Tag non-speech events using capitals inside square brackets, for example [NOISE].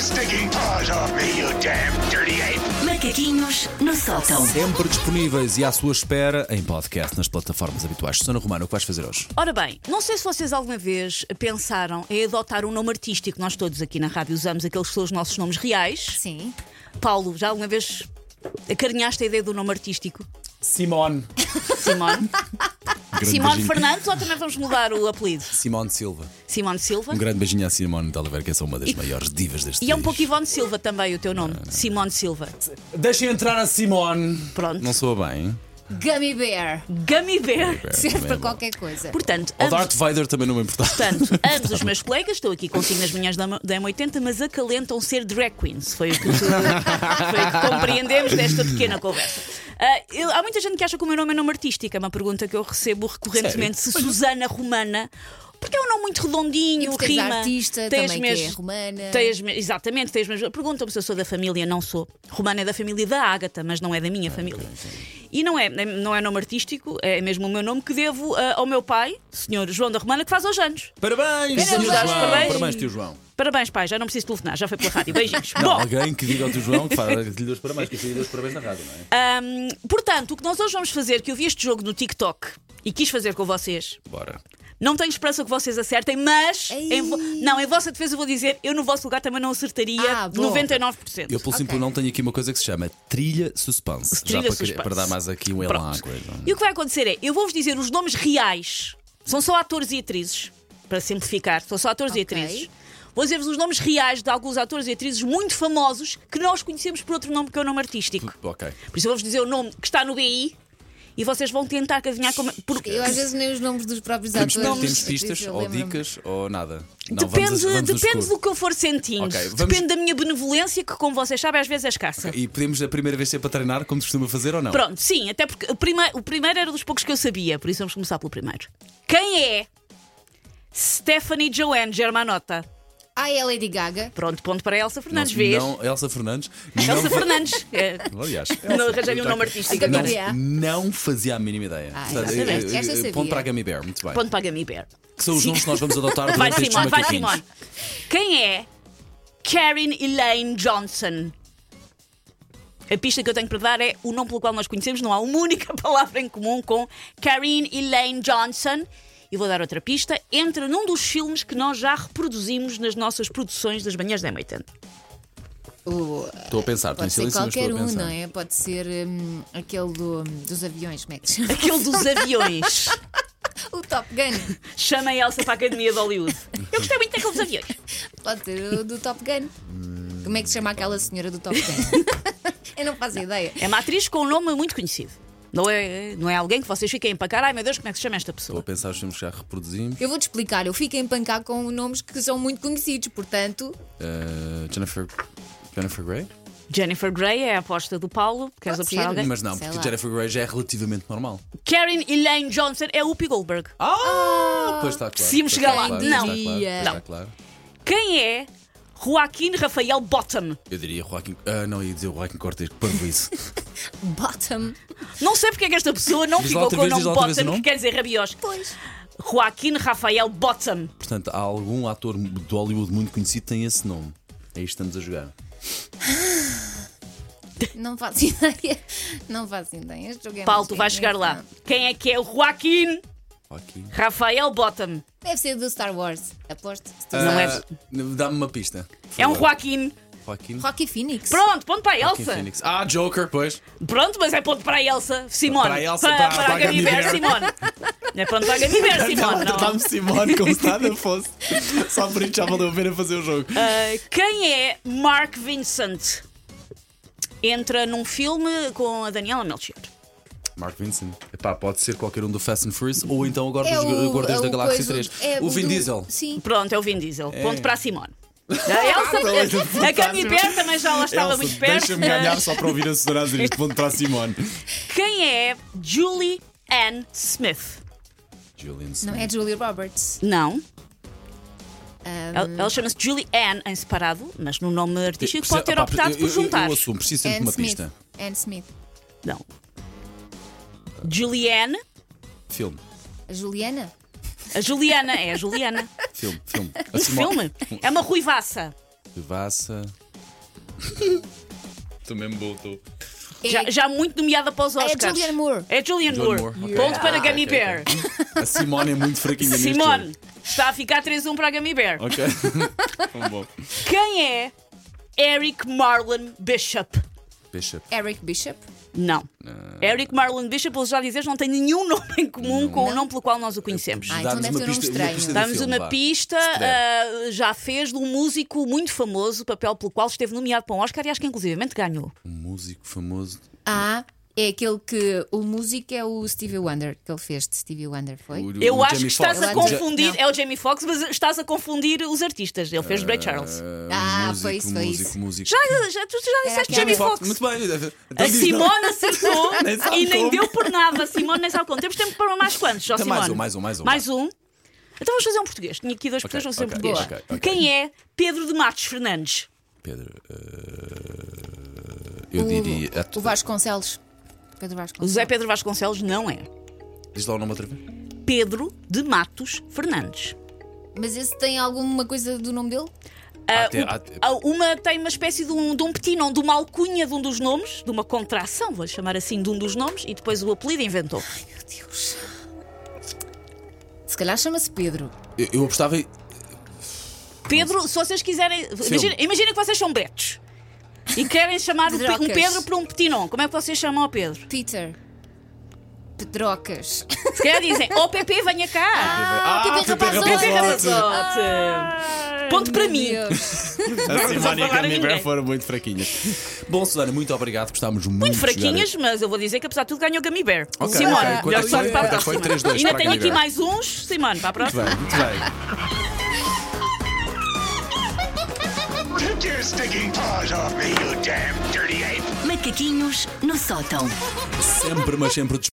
sticking paws off me, you damn dirty ape! Macaquinhos no sótão. Sempre disponíveis e à sua espera em podcast nas plataformas habituais. Susana Romano, o que vais fazer hoje? Ora bem, não sei se vocês alguma vez pensaram em adotar um nome artístico. Nós todos aqui na rádio usamos aqueles que são os nossos nomes reais. Sim. Paulo, já alguma vez acarinhaste a ideia do nome artístico? Simone. [LAUGHS] Simone. Um Grande Simone beijinho. Fernandes ou também vamos mudar o apelido? Simone Silva. Simone Silva? Um grande beijinho à Simone de Oliveira, que é uma das maiores divas deste E é um país. pouco Ivone Silva também o teu nome. Simone Silva. Deixem entrar a Simone. Pronto. Não soa bem. Gummy Bear. Gummy Bear. Serve para Também é bom. qualquer coisa. Portanto, Ou ambos- Darth Vader também não me importa. é [LAUGHS] Portanto, ambos os meus colegas, estou aqui consigo nas manhãs da da M80, mas acalentam ser drag queens. Foi o que, tu- foi o que compreendemos desta pequena conversa. Ah, eu- há muita gente que acha que o meu nome é nome artístico. É uma pergunta que eu recebo recorrentemente. Se Susana Romana. Porque é um nome muito redondinho, E porque és rima. artista, tem as também que mes- é romana. tem as mes- Exatamente, tem as mesmas. Perguntam-me se eu sou da família. Não sou. Romana é da família da Ágata, mas não é da Ah, minha família. então, E não é, não é nome artístico, é mesmo o meu nome que devo ah, ao meu pai, Sr. João da Romana, que faz aos anos. Parabéns, Parabéns, tio João. parabéns. Parabéns, tio João. Parabéns, pai, já não preciso telefonar, já foi pela rádio. Beijinhos. Não, [LAUGHS] Bom, alguém que diga ao tio João que, fala, que lhe dê os parabéns, que eu lhe dê os parabéns na rádio, não é? hum, portanto, o que nós hoje vamos fazer, que eu vi este jogo no TikTok e quis fazer com vocês, Bora. não tenho esperança que vocês acertem, mas. Ei. em vo- não, em vossa defesa eu vou dizer, eu no vosso lugar também não acertaria Ah, bom. 99%. Eu, pelo Ok. simples não, tenho aqui uma coisa que se chama trilha suspense. Já Trilha para, suspense. para dar mais aqui um elan à Pronto. coisa. E o que vai acontecer é, eu vou-vos dizer os nomes reais, são só atores e atrizes, para simplificar, são só atores e Ok. atrizes. Vou dizer-vos os nomes reais de alguns atores e atrizes muito famosos que nós conhecemos por outro nome que é o nome artístico. Ok. Por isso eu vou-vos dizer o nome que está no BI e vocês vão tentar adivinhar como. Porque Eu às vezes nem os nomes dos próprios Temos, atores. temos pistas eu ou lembro-me. dicas ou nada? Não, vamos depende, a- vamos no depende escuro. do que eu for sentindo. Ok, vamos- Depende da minha benevolência, que, como vocês sabem, às vezes é escassa. E podemos a primeira vez ser para treinar, como se costuma fazer ou não? Pronto, sim, até porque o, prime- o primeiro era dos poucos que eu sabia, por isso vamos começar pelo primeiro. Quem é Stephanie Joanne Germanotta? Ah, é a Lady Gaga. Pronto, ponto para Elsa Não- Fernandes, vês? Não, Elsa [LAUGHS] Fernandes. não, Oh, Elsa Fernandes. É, Aliás, não arranjei um nome artístico A Gummy agora. Bear. não, não fazia a mínima ideia. Ah, eu- exatamente. eu- eu- Esta eu sabia. ponto para a Gummy Bear, muito bem. Ponto para a Gummy Bear. Que são os nomes que nós vamos adotar [LAUGHS] Vai, durante estes Simone, vai, macaquinhos. Simone. Quem é Karen Elaine Johnson? A pista que eu tenho para dar é o nome pelo qual nós conhecemos, não há uma única [LAUGHS] palavra em comum com Karen Elaine Johnson. E vou dar outra pista. Entra num dos filmes que nós já reproduzimos nas nossas produções das manhãs da M80. O- Estou a pensar, estou em pode ser silêncio, mas estou qualquer a um, pensar. não é? Pode ser hum, aquele do- dos aviões, como é que se chama? [LAUGHS] Aquele dos aviões. O Top Gun. Chama a Elsa para a Academia de Hollywood. Eu gostei muito daqueles aviões. Pode ser o do Top Gun. Como é que se chama aquela senhora do Top Gun? [LAUGHS] eu não faço ideia. É uma atriz com um nome muito conhecido. Não é, não é alguém que vocês fiquem a empacar. Ai meu Deus, como é que se chama esta pessoa? Estou a pensar os filmes que já reproduzimos. Eu vou-te explicar. Eu fico a empancar com nomes que são muito conhecidos, portanto, Eh, Jennifer. Jennifer Grey? Jennifer Grey é a aposta do Paulo. Queres Pode apostar ser. alguém? Mas não, Sei porque lá. Jennifer Grey já é relativamente normal. Karen Elaine Johnson é Whoopi Goldberg. Ah! Pois está claro. Se pois íamos chegar está lá, claro, não. pois está claro, pois Não. está claro. Quem é Joaquim Rafael Bottom? Eu diria Joaquim. Ah, não, ia dizer Joaquim Cortes, que parvo isso. bottom. Não sei porque é que esta pessoa não Diz lá ficou outra com o vez, nome diz lá outra vez o Bottom, que nome. quer dizer rabiós. Pois. Joaquim Rafael Bottom. Portanto, há algum ator de Hollywood muito conhecido que tem esse nome. Aí estamos a jogar. Não faço [LAUGHS] ideia. Não faço ideia. Este jogo é Paulo, muito tu vais difícil. chegar lá. Quem é que é o Joaquim Joaquim. Rafael Bottom? Deve ser do Star Wars. Aposto. Não é- Ah, Dá-me uma pista. por É um favor. Joaquim. Joaquim. Rocky Phoenix. Pronto, ponto para a Joaquim Elsa. Phoenix. Ah, Joker, pois. Pronto, mas é ponto para a Elsa, Simone. Para a Elsa, para, para- para para a a Gabi Gabi Então, Ver, Ver. Simone. Não é ponto para a Gabi [LAUGHS] Ver, Simone. não. Estava-me Simone como se nada fosse. Só por isso já valeu a pena fazer o jogo. Uh, quem é Mark Vincent? Entra num filme com a Daniela Melchior. Mark Vincent. Epá, pode ser qualquer um do Fast and Furious ou então agora É dos o- Guardiões é da o Galáxia coisa- 3. é o Vin do- Diesel. Sim. Pronto, é o Vin Diesel. Ponto para a Simone. A Elsa, a Gabi Bear também já lá estava Elsa, muito perto. Deixa-me ganhar só para ouvir a Susana a dizer isto. Ponto para a Simone. Uh, Quem é Julie Ann Smith? Julian Não é Julia Roberts. Não, Ah, ela, ela chama-se Julie Ann em separado, mas no nome artístico pode ter Epá, optado eu- por eu- juntar. Eu assumo, preciso sempre Anne de uma Smith. pista. Anne Smith. Não. Julianne, [LAUGHS] Filme, A Juliana? a Juliana, é a Juliana. filme, filme. A Um Simone- É filme? É uma ruivaça. [LAUGHS] Devassa. Estou mesmo bom, estou. É- Já, já muito nomeada para os é Oscars. Julianne Moore. É Julian Moore. Julianne Moore, ok. Ponto para Ah, ok, Gummy ok, Bear. A Simone é muito fraquinha neste Simone, jogo. está a ficar 3-1 para a Gummy Bear. Ok. [LAUGHS] Tão bom. Quem é Eric Marlon Bishop? Bishop. Eric Bishop. Hum. Não. Ah. Eric Marlon Bishop, eles já dizes, não tem nenhum [LAUGHS] nome em comum com o nome pelo qual nós o conhecemos. Ah, então Dá-nos deve uma ter um nome pista- uma estranho. pista de- Damos filme, uma vá. pista, É tipo Se puder. ah, já fez de um músico muito famoso, papel pelo qual esteve nomeado para um Oscar e acho que inclusivamente ganhou. Um músico famoso. Ah, é aquele que. O músico é o Stevie Wonder, que ele fez de Stevie Wonder, foi? O- Eu o acho Jamie que estás Foxx. a Eu acho- confundir, Não. é o Jamie Foxx, mas estás a confundir os artistas. Ele fez Ray Charles. Uh, Ah, músico, foi isso, foi músico, isso. músico. Já, já, tu já disseste aquela- Jamie Jamie Foxx. Muito bem. deve- A então diz, não. [LAUGHS] Simone acertou Nem sabe e nem como. deu por nada. A Simone nem sabe como. Temos tempo para mais quantos, ó Então, mais Simone? um, mais um, mais um. Mais um. Então vamos fazer um português. Tinha aqui dois Ok, portugueses, vamos fazer um ok, português. ok, ok. Quem é Pedro de Matos Fernandes? Pedro. eh, eu O- diria. Ah, O Vasconcelos. Pedro O Vasconcelos. José Pedro Vasconcelos não é. Diz lá o nome outra vez. Pedro de Matos Fernandes. Mas esse tem alguma coisa do nome dele? Ah, Ah, tem- um- ah, tem- ah, uma tem uma espécie de um, de um petinon, de uma alcunha de um dos nomes, de uma contração, vou chamar assim, de um dos nomes, e depois o apelido inventou. Meu Deus. Se calhar chama-se Pedro. Eu, eu apostava. em- Pedro, se vocês quiserem. Imagina, imagina que vocês são betos e querem chamar o Pe- um Drocas. Pedro por um petinon. Como é que vocês chamam o Pedro? Peter. Pedrocas. Se calhar dizem, ó Pepe, venha cá. [LAUGHS] Ah, Pepe Rapazote. Pepe Rapazote. Ah. Ponto para Meu mim. Deus. A Simone e a falar a Camille ninguém. Bear foram muito fraquinhas. Bom, Susana, muito obrigado. Gostámos muito. Muito de jogar fraquinhas, mas eu vou dizer que apesar de tudo ganhou Gummy Bear. Ok, Simone, ok. Quanto é melhor que sorte foi? para a Quanto é que foi? próxima. 3-2 Ainda para tenho Gummy aqui Bear. mais uns. Simone, para a próxima. Bem, muito bem. Take your stinking paws off me, you damn dirty ape! Macaquinhos no sótão. Sempre, mas sempre